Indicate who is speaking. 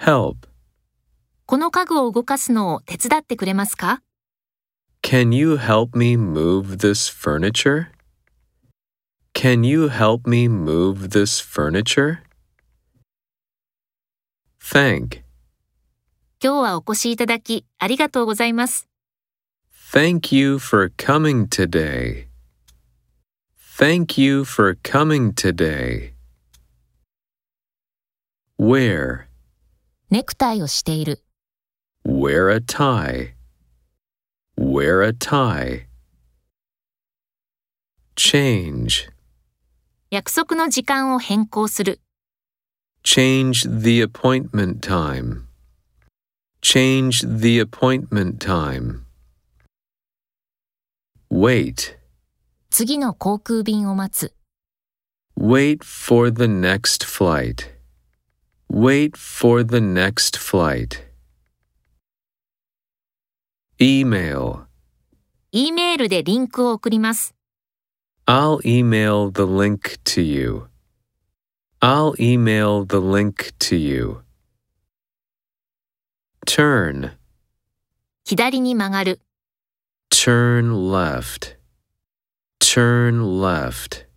Speaker 1: Help.
Speaker 2: この家具を動かすのを手伝ってくれますか
Speaker 1: Can you help me move this furniture? Can you help me move this furniture? Thank.
Speaker 2: 今日はお越しいただきありがとうございます。
Speaker 1: Thank you for coming today. Thank you for coming today. Wear.
Speaker 2: ネクタイをしている。
Speaker 1: Wear a tie. Wear a tie. Change.
Speaker 2: 約束の時間を変更する。
Speaker 1: Change the appointment time. Change the appointment time. Wait.
Speaker 2: 次の航空便を待つ。
Speaker 1: Wait for the next flight. Wait for the next flight. Email.
Speaker 2: E メールでリンクを送ります。
Speaker 1: I'll email the link to you. I'll email the link to you. Turn.
Speaker 2: 左に曲がる。
Speaker 1: Turn left. Turn left.